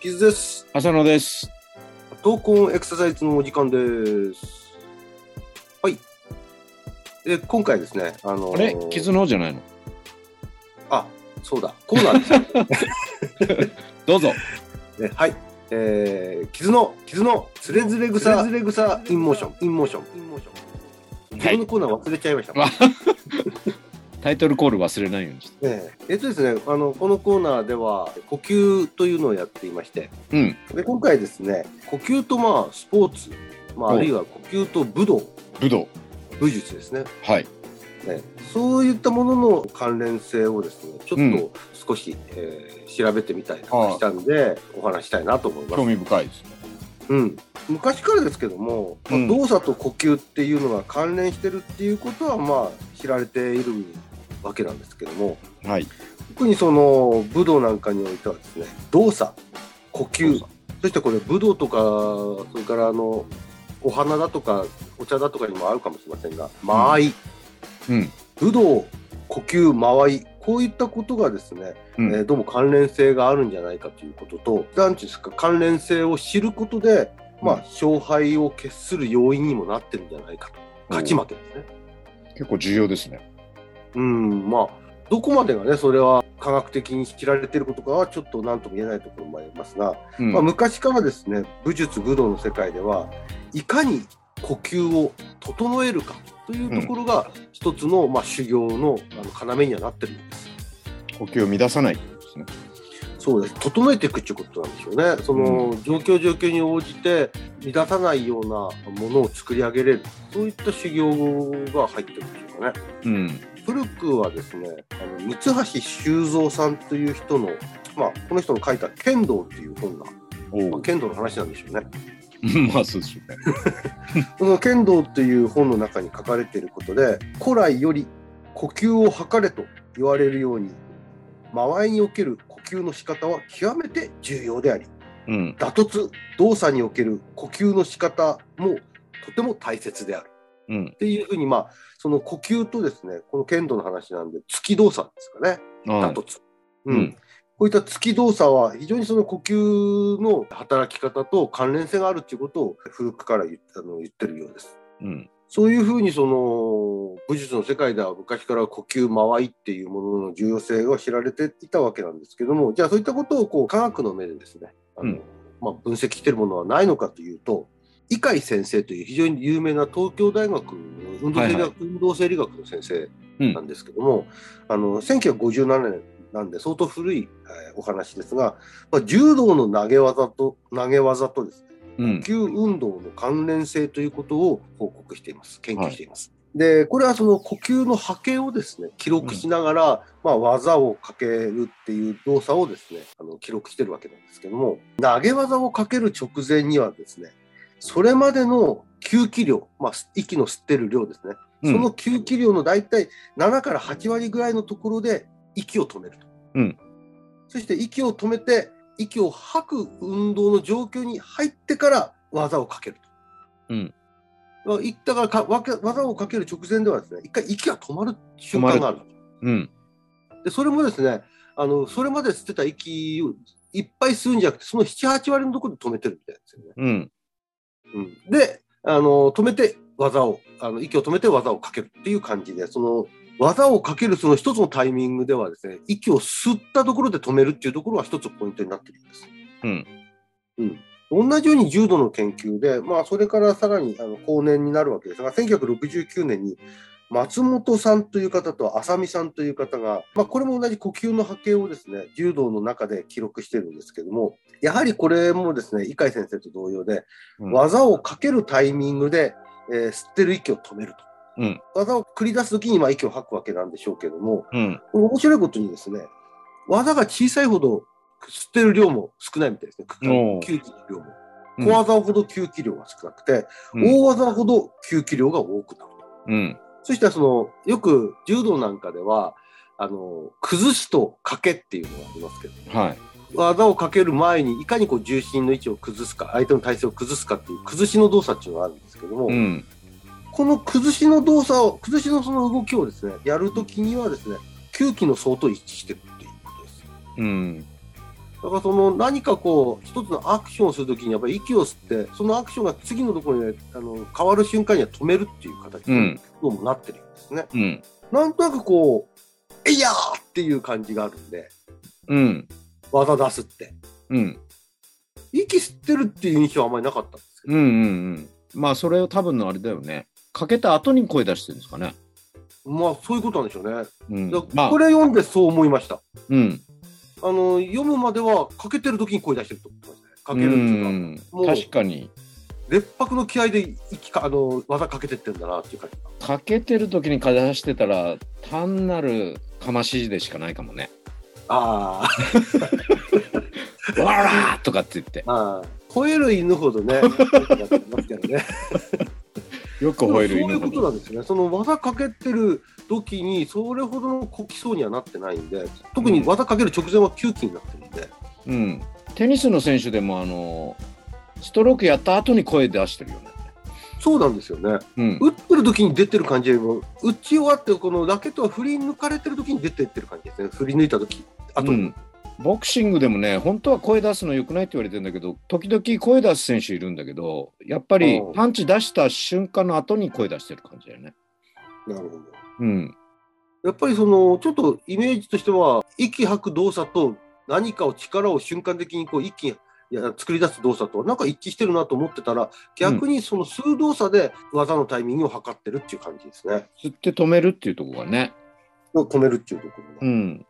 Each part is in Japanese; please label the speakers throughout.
Speaker 1: キズです。
Speaker 2: 浅野です。
Speaker 1: 闘魂エクササイズのお時間です。はい。で、今回ですね、あのー
Speaker 2: あれ傷の方じゃないの
Speaker 1: あ、そうだ、コーナー です
Speaker 2: どうぞ。
Speaker 1: ね。ねはい。えー、傷の、傷の、ズレズレ草、ズレズレ草、インモーション、インモーション、インモーション。自分のコーナー忘れちゃいました。
Speaker 2: わタイトルコール忘れないようにして。
Speaker 1: えええっとですね、あの、このコーナーでは、呼吸というのをやっていまして、
Speaker 2: うん。
Speaker 1: で今回ですね、呼吸とまあ、スポーツ、まあ、
Speaker 2: お
Speaker 1: あるいは呼吸と武道、
Speaker 2: 武道。
Speaker 1: 武術ですね。
Speaker 2: はい。
Speaker 1: ね、そういったものの関連性をですねちょ
Speaker 2: う
Speaker 1: っ
Speaker 2: ん
Speaker 1: と少し、えー調べてみたりと
Speaker 2: は
Speaker 1: か
Speaker 2: い
Speaker 1: したんで、お話したいなと思いま
Speaker 2: 興
Speaker 1: す、
Speaker 2: 味深いですね。
Speaker 1: うん、昔からですけども、まあ
Speaker 2: うん
Speaker 1: 動作と呼吸っていうのが関連してるっていうことはまあ知られているわけなんですけども
Speaker 2: はい。
Speaker 1: 特にその武道なんかにおいてはですね動作呼吸そしてこれ武道とかそれからあのお花だとかお茶だとかにもあるかもしれませんが間合い、
Speaker 2: うん。
Speaker 1: 武道呼吸間合いこういったことがですね、
Speaker 2: うん
Speaker 1: えーどうも関連性があるんじゃないかということと何ていうんですか関連性を知ることで、まあ、
Speaker 2: うん
Speaker 1: 勝敗を決する要因にもなってるんじゃないかと勝ち負けですね。
Speaker 2: 結構重要ですね。
Speaker 1: うんまあどこまでがねそれは科学的に知られていることかはちょっと何とも言えないところもありますが、
Speaker 2: うん。
Speaker 1: まあ、昔からですね武術武道の世界ではいかに呼吸を整えるかというところが一つの、まあ、修行のあの要にはなってるんです。
Speaker 2: 呼吸を乱さないことですね。
Speaker 1: そうです整えていくっていうことなんでしょうねその、状況状況に応じて乱さないようなものを作り上げれるそういった修行が入ってるんでしょうかね
Speaker 2: うん。
Speaker 1: 古くはですねあの三橋修造さんという人のまあこの人の書いた「剣道」っていう本が、
Speaker 2: お
Speaker 1: まあ
Speaker 2: お。
Speaker 1: 剣道の話なんでしょうね
Speaker 2: まあそうですよね。
Speaker 1: その剣道という本の中に書かれていることで古来より呼吸を測れと言われるように間合いにおける呼吸の仕方は極めて重要であり
Speaker 2: うん。
Speaker 1: 打突動作における呼吸の仕方もとても大切である
Speaker 2: うん
Speaker 1: っ。ていうふうにまあその呼吸とですねこの剣道の話なんで突き動作ですかね
Speaker 2: あ
Speaker 1: 打
Speaker 2: あ
Speaker 1: 突、
Speaker 2: う
Speaker 1: うん
Speaker 2: ん。
Speaker 1: こういった突き動作は非常にその呼吸の働き方と関連性があるということを古くから言っあの言ってるようです。
Speaker 2: うん。
Speaker 1: そういうふうにその武術の世界では昔から呼吸間合いっていうものの重要性が知られていたわけなんですけどもじゃあそういったことをこう科学の目でですねあの、
Speaker 2: うん
Speaker 1: まあ、分析しているものはないのかというと伊海先生という非常に有名な東京大学運動生理学,、
Speaker 2: はいは
Speaker 1: 運動生理学の先生
Speaker 2: うん
Speaker 1: なんですけども、あの1957年なんで相当古い、えーお話ですが、まあ、柔道の投げ技と投げ技とですね
Speaker 2: うん。
Speaker 1: 呼吸運動の関連性ということを報告しています研究しています、でこれはその呼吸の波形をですね記録しながら、まあ、技をかけるっていう動作をですねあの記録してるわけなんですけども投げ技をかける直前にはですねそれまでの吸気量、まあ、息の吸ってる量ですね、
Speaker 2: うん
Speaker 1: その吸気量の大体7から8割ぐらいのところで息を止めると、
Speaker 2: うん
Speaker 1: そして息を止めて息を吐く運動の状況に入ってから技をかけると。
Speaker 2: うん
Speaker 1: まあ、いったからかわけ技をかける直前ではですね、一回息が止まる瞬間がある。
Speaker 2: うん。
Speaker 1: でそれもですねあの、それまで吸ってた息をいっぱい吸うんじゃなくて、その7、8割のところで止めてるみたいなんですよね。
Speaker 2: うん。
Speaker 1: うん、であの、止めて技をあの、息を止めて技をかけるっていう感じで、その技をかけるその一つのタイミングではですね、息を吸ったところで止めるっていうところが一つポイントになってるんです。
Speaker 2: うん。
Speaker 1: 同じように重度の研究で、まあ、それからさらにあの後年になるわけですが、1969年に松本さんという方と浅見さんという方が、まあ、これも同じ呼吸の波形をですね、柔道の中で記録してるんですけども、やはりこれもですね、伊海先生と同様で、
Speaker 2: うん
Speaker 1: 技をかけるタイミングで、えー吸ってる息を止めると。
Speaker 2: うん
Speaker 1: 技を繰り出す時にまあ息を吐くわけなんでしょうけども、
Speaker 2: うん。
Speaker 1: これ面白いことにですね、技が小さいほど吸ってる量も少ないみたいですね、
Speaker 2: おー
Speaker 1: 吸気の量も。
Speaker 2: うん
Speaker 1: 小技ほど吸気量が少なくて、大技ほど吸気量が多くなる。
Speaker 2: うん。
Speaker 1: そしてその、よく柔道なんかでは、あの、崩しと賭けっていうのがありますけど、
Speaker 2: はい。
Speaker 1: 技をかける前にいかにこう重心の位置を崩すか相手の体勢を崩すかっていう崩しの動作っていうのがあるんですけども、
Speaker 2: うん。
Speaker 1: この崩しの動作を崩しのその動きをですねやるときにはですね球技の相と一致してるっていうことです。
Speaker 2: うん。
Speaker 1: だからその何かこう一つのアクションをするときにやっぱり息を吸ってそのアクションが次のところにねあの変わる瞬間には止めるっていう形
Speaker 2: う
Speaker 1: に
Speaker 2: ん。
Speaker 1: どうもなってるんですね。
Speaker 2: うん。
Speaker 1: なんとなくこう「えいやー!」っていう感じがあるんで
Speaker 2: うん。
Speaker 1: 技出すって
Speaker 2: うん。
Speaker 1: 息吸ってるっていう印象はあんまりなかったんですけど、
Speaker 2: うん。うん。まあ、それを多分のあれだよね。かけた後に声出してるんですかね。
Speaker 1: まあそういうことなんでしょうね。
Speaker 2: うん
Speaker 1: だ。
Speaker 2: まあ
Speaker 1: こ、れ読んでそう思いました。
Speaker 2: うん。
Speaker 1: あの読むまではかけてる時に声出してると思ってましたね。かけるっていうか、
Speaker 2: うん。確かに。
Speaker 1: 劣迫の気合で息かあの技かけてってんだなっていう感じ。
Speaker 2: かけてる時にかざしてたら、単なるかましでしかないかもね。
Speaker 1: あー
Speaker 2: わらーとかって言って。
Speaker 1: あー、吠える犬ほどね、なんかやってますけどね
Speaker 2: よく
Speaker 1: でも
Speaker 2: 吠え
Speaker 1: そう
Speaker 2: る
Speaker 1: い
Speaker 2: 犬
Speaker 1: うこ
Speaker 2: ほ
Speaker 1: と
Speaker 2: ど。
Speaker 1: なんですよね。その技かけてる時にそれほどのこきそうにはなってないんで、特に技かける直前は窮気になってるんで。
Speaker 2: うん。テニスの選手でも、あの、ストロークやった後に声出してるよね。
Speaker 1: そうなんですよね。
Speaker 2: うん。
Speaker 1: 打ってる時に出てる感じよりも、打ち終わってこのラケットが振り抜かれてる時に出てってる感じですね。振り抜いた時、あと、
Speaker 2: うんボクシングでもね、本当は声出すの良くないって言われてるんだけど、時々声出す選手いるんだけど、やっぱり
Speaker 1: うん
Speaker 2: パンチ出した瞬間の後に声出してる感じだよね。
Speaker 1: なるほど。
Speaker 2: うん。
Speaker 1: やっぱりそのちょっとイメージとしては息吐く動作と何かを力を瞬間的にこう一気にいや作り出す動作となんか一致してるなと思ってたら逆にその数動作で技のタイミングを測ってるっていう感じですね。
Speaker 2: 吸って止めるっていうところがね。
Speaker 1: を止めるっていうとこ
Speaker 2: う
Speaker 1: ろが。
Speaker 2: ん。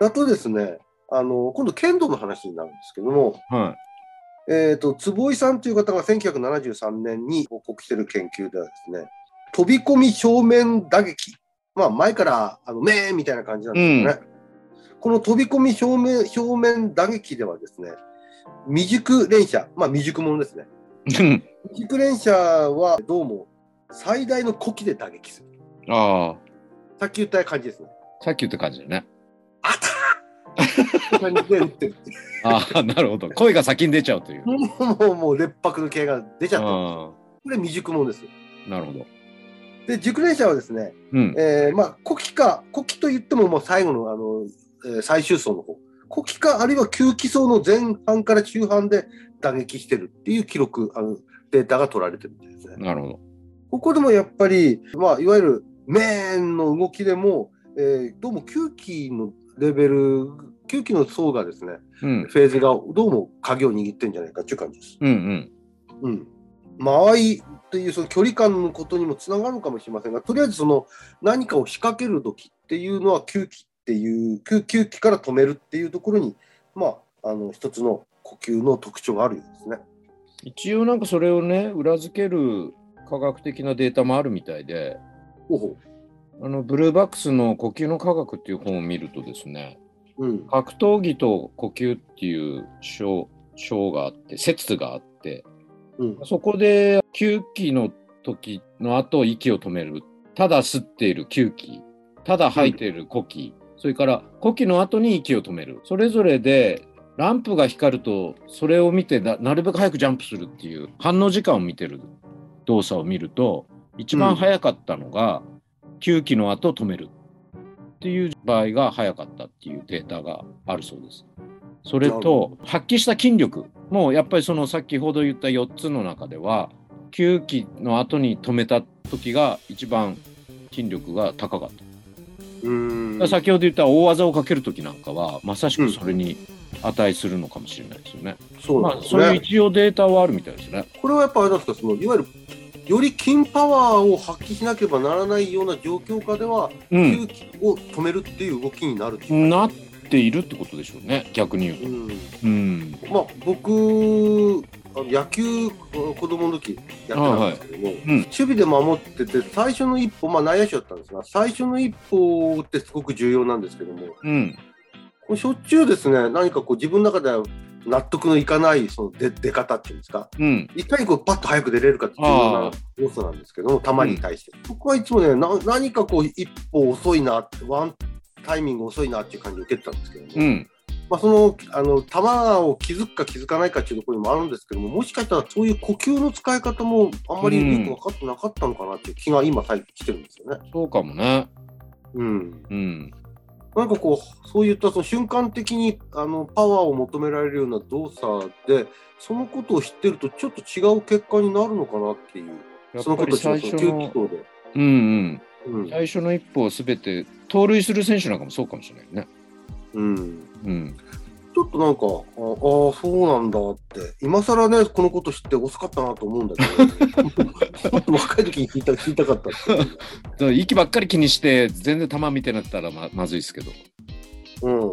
Speaker 1: だとですねあの今度剣道の話になるんですけども、
Speaker 2: は
Speaker 1: えー、と坪井さんという方が1973年に報告している研究ではですね飛び込み正面打撃、まあ、前からあのめーみたいな感じなんですよね、この飛び込み正面正面打撃ではですね未熟連射、まあ、未熟者ですね
Speaker 2: い。
Speaker 1: 未熟連射はどうも最大の呼気で打撃する
Speaker 2: あ
Speaker 1: さっき言った感じですね
Speaker 2: あ、さっき言った感じだね。
Speaker 1: あたーこんな感じで打ってるってい
Speaker 2: ああ、なるほど。声が先に出ちゃうという。
Speaker 1: うもうもうもう劣迫の系が出ちゃってる
Speaker 2: あ
Speaker 1: これ未熟者ですよ
Speaker 2: あ、なるほど。
Speaker 1: で熟練者はですね
Speaker 2: うん。
Speaker 1: えーまあ、古希か、古希と言ってももう最後のあの、えー最終層の方、古希か、あるいは旧期層の前半から中半で打撃してるっていう記録、あのデータが取られてるみたいですね。
Speaker 2: なるほど。
Speaker 1: ここでもやっぱり、まあ、いわゆるメーンの動きでも、えーどうも旧期のレベル、旧期の層がですね、
Speaker 2: うん。
Speaker 1: フェーズがどうも鍵を握ってんじゃないかっていう感じです。
Speaker 2: うんう
Speaker 1: う
Speaker 2: ん。
Speaker 1: ん、間合いというその距離感のことにもつながるのかもしれませんがとりあえずその何かを仕掛ける時っていうのは吸気っていう吸吸気から止めるっていうところにまああの一つの呼吸の特徴があるようですね。
Speaker 2: 一応なんかそれをね、裏付ける科学的なデータもあるみたいで、
Speaker 1: ほうほ
Speaker 2: あのブルーバックスの呼吸の科学っていう本を見るとですね
Speaker 1: ううん
Speaker 2: 格闘技と呼吸っていう章章があって説があって
Speaker 1: うん
Speaker 2: そこで吸気の時の後息を止めるただ吸っている吸気ただ吐いている呼気、それから呼気の後に息を止めるそれぞれでランプが光るとそれを見てななるべく早くジャンプするっていう反応時間を見てる動作を見ると一番早かったのが、吸気の後止めるっていう場合が早かったっていうデータがあるそうです。それ
Speaker 1: なるほ
Speaker 2: と発揮した筋力もやっぱりその先ほど言った4つの中では吸気の後に止めた時が一番筋力が高かった。
Speaker 1: うー
Speaker 2: だ
Speaker 1: ん
Speaker 2: から先ほど言った大技をかける時なんかはまさしくそれに値するのかもしれないですよね。
Speaker 1: そう
Speaker 2: ま
Speaker 1: なん
Speaker 2: あ
Speaker 1: です
Speaker 2: そういう
Speaker 1: ね。
Speaker 2: 一応データはあるみたいですね。
Speaker 1: これはやっぱあれなんですかそのいわゆるより筋パワーを発揮しなければならないような状況下では、
Speaker 2: うん。
Speaker 1: 吸気を止めるっていう動きになるっていう
Speaker 2: なっているってことでしょうね逆に言うと。
Speaker 1: うん
Speaker 2: うん。
Speaker 1: まあ、僕、あの野球、子供の時やってたんですけども、
Speaker 2: うん
Speaker 1: 守備で守ってて、最初の一歩、まあ、内野手だったんですが、最初の一歩ってすごく重要なんですけども、
Speaker 2: うん。
Speaker 1: こうしょっちゅうですね、何かこう自分の中では納得のいかないその出出方っていうんですか、
Speaker 2: うん。
Speaker 1: いかにこうパッと早く出れるかって重要な要素なんですけども、球に対して。そこはいつもね、な何かこう一歩遅いなって、ワンタイミング遅いなっていう感じを受けてたんですけども、
Speaker 2: うん。
Speaker 1: まあ、そのあの弾を気づくか気づかないかっていうところにもあるんですけども、もしかしたらそういう呼吸の使い方もあんまりよく分かってなかったのかなっていう気が今、最近来てるんですよね。
Speaker 2: そうかもね。
Speaker 1: うん、
Speaker 2: うん。
Speaker 1: なんかこう、そういったその瞬間的にあのパワーを求められるような動作で、そのことを知ってると、ちょっと違う結果になるのかなっていう、
Speaker 2: や
Speaker 1: その
Speaker 2: っぱ
Speaker 1: ことを
Speaker 2: り
Speaker 1: ちょっ
Speaker 2: 最
Speaker 1: と吸
Speaker 2: 初
Speaker 1: 気
Speaker 2: の、
Speaker 1: 口で。
Speaker 2: うんうん。
Speaker 1: うん
Speaker 2: 最初の一歩をすべて、盗塁する選手なんかもそうかもしれないね。
Speaker 1: うん
Speaker 2: うん。
Speaker 1: ちょっとなんか、ああー、そうなんだって、今更ね、このこと知って遅かったなと思うんだけど、 もっと若い時に聞いた、聞いたかったっていう。
Speaker 2: だから息ばっかり気にして、全然球見てなったらままずいですけど。
Speaker 1: うん、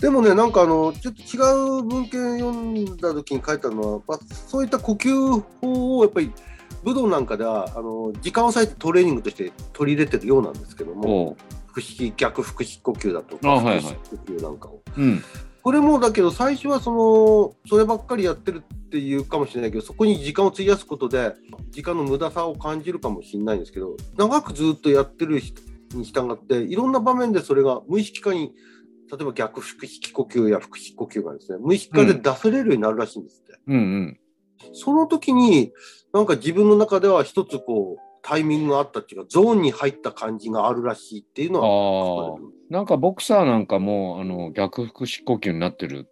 Speaker 1: でもね、なんかあの、ちょっと違う文献読んだ時に書いたのは、まあ、そういった呼吸法をやっぱり、武道なんかではあの時間を割いてトレーニングとして取り入れてるようなんですけども、
Speaker 2: おう。
Speaker 1: 腹式逆腹式呼吸だと
Speaker 2: あ
Speaker 1: か、
Speaker 2: はいはい
Speaker 1: 腹式呼吸なんかを。
Speaker 2: うん。
Speaker 1: これもだけど最初はそのそればっかりやってるっていうかもしれないけどそこに時間を費やすことで時間の無駄さを感じるかもしれないんですけど長くずっとやってる人に従っていろんな場面でそれが無意識化に例えば逆腹式呼吸や腹式呼吸がですね無意識化で出せれるようになるらしいんですって、
Speaker 2: うんうん。
Speaker 1: その時になんか自分の中では一つこうタイミングがあったっていうかゾーンに入った感じがあるらしいっていうの
Speaker 2: あ
Speaker 1: は
Speaker 2: あ。なんかボクサーなんかもあの逆腹式呼吸になってる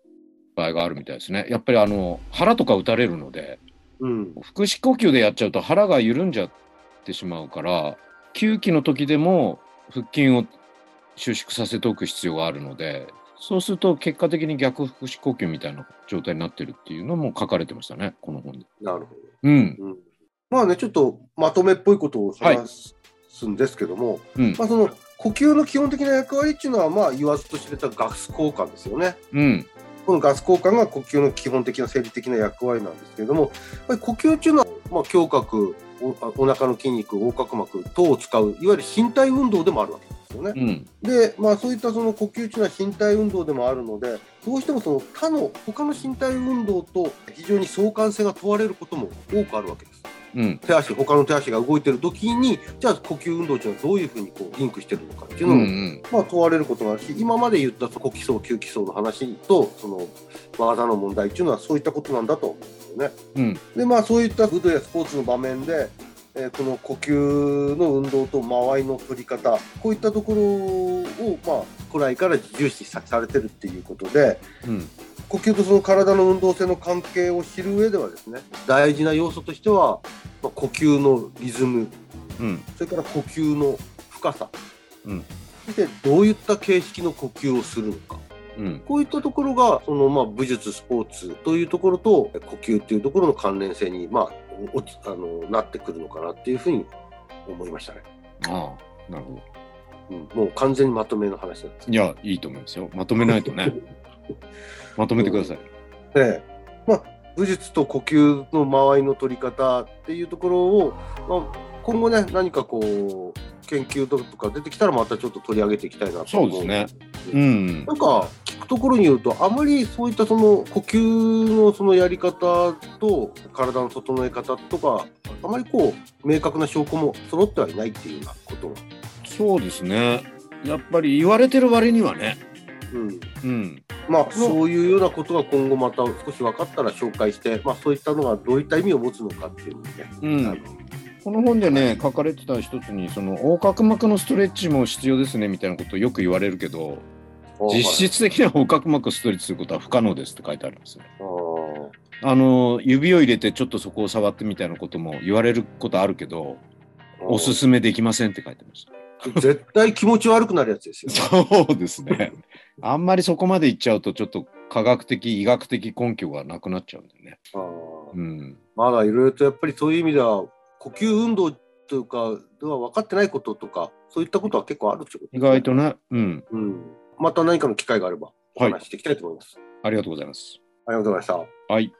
Speaker 2: 場合があるみたいですね。やっぱりあの腹とか打たれるので
Speaker 1: うん
Speaker 2: 腹式呼吸でやっちゃうと腹が緩んじゃってしまうから吸気の時でも腹筋を収縮させておく必要があるのでそうすると結果的に逆腹式呼吸みたいな状態になってるっていうのも書かれてましたねこの本で。
Speaker 1: なるほど。
Speaker 2: うん
Speaker 1: うんまあね、ちょっとまとめっぽいことを話すんですけども、
Speaker 2: うん
Speaker 1: まあ、その呼吸の基本的な役割っていうのは、まあ、言わずと知れたガス交換ですよね。
Speaker 2: うん
Speaker 1: このガス交換が呼吸の基本的な生理的な役割なんですけれども、やっぱり呼吸っていうのは、まあ、胸郭お、あお腹の筋肉、横隔膜等を使う、いわゆる身体運動でもあるわけですよね。
Speaker 2: うん
Speaker 1: で、まあ、そういったその呼吸というのは身体運動でもあるので、どうしてもその他の他の身体運動と非常に相関性が問われることも多くあるわけです。
Speaker 2: うん
Speaker 1: 手足他の手足が動いてる時にじゃあ呼吸運動っていうのはどういうふうにこうリンクしてるのかっていう
Speaker 2: う
Speaker 1: のを、
Speaker 2: ん
Speaker 1: まあ、問われることがあるし今まで言ったそこ基礎吸基礎の話とその技の問題っていうのはそういったことなんだと思うんですよね。
Speaker 2: うん
Speaker 1: でまあそういった武道やスポーツの場面で、えーこの呼吸の運動と間合いの取り方こういったところをまあ古来から重視されてるっていうことで
Speaker 2: うん
Speaker 1: 呼吸とその体の運動性の関係を知る上ではですね大事な要素としては、まあ、呼吸のリズム
Speaker 2: うん
Speaker 1: それから呼吸の深さ、
Speaker 2: うん
Speaker 1: そしてどういった形式の呼吸をするのか
Speaker 2: うん
Speaker 1: こういったところがそのまあ武術スポーツというところと呼吸っていうところの関連性に、まあ、おちあのなってくるのかなっていうふうに思いましたね。
Speaker 2: ああなるほど。
Speaker 1: うん、もう完全にまとめの話なんですけど
Speaker 2: いや、いいと思いますよ。まとめないとね。まとめてください。
Speaker 1: ええまあ、武術と呼吸の間合いの取り方っていうところを、まあ、今後ね何かこう研究とか出てきたらまたちょっと取り上げていきたいなと
Speaker 2: そう
Speaker 1: 思う
Speaker 2: です
Speaker 1: ん
Speaker 2: ね
Speaker 1: けど。
Speaker 2: うん
Speaker 1: な。んか聞くところによるとあまりそういったその呼吸のそのやり方と体の整え方とかあまりこう明確な証拠も揃ってはいないっていうようなこと、
Speaker 2: そうですね。やっぱり言われてる割にはね。
Speaker 1: うん、
Speaker 2: うん。
Speaker 1: まあそういうようなことが今後また少し分かったら紹介して、まあ、そういったのがどういった意味を持つのかっていうのをね、
Speaker 2: うん
Speaker 1: あの
Speaker 2: この本でね、書かれてた一つに、その横隔膜のストレッチも必要ですねみたいなことをよく言われるけど、実質的には横隔膜をストレッチすることは不可能ですって書いてありますね。
Speaker 1: あー
Speaker 2: あの、指を入れてちょっとそこを触ってみたいなことも言われることあるけど、おすすめできませんって書いてました。
Speaker 1: 絶対気持ち悪くなるやつ ですよ。
Speaker 2: そうですね。あんまりそこまでいっちゃうと、ちょっと科学的、医学的根拠がなくなっちゃうんだよね。
Speaker 1: あー
Speaker 2: うん。
Speaker 1: まだいろいろとやっぱりそういう意味では呼吸運動というかでは分かってないこととかそういったことは結構あるってこと
Speaker 2: 意
Speaker 1: ですね
Speaker 2: 外とね。うん。
Speaker 1: うん、また何かの機会があればお
Speaker 2: はい
Speaker 1: 話ししていきたいと思います。
Speaker 2: ありがとうございます。
Speaker 1: ありがとうございました。
Speaker 2: はい。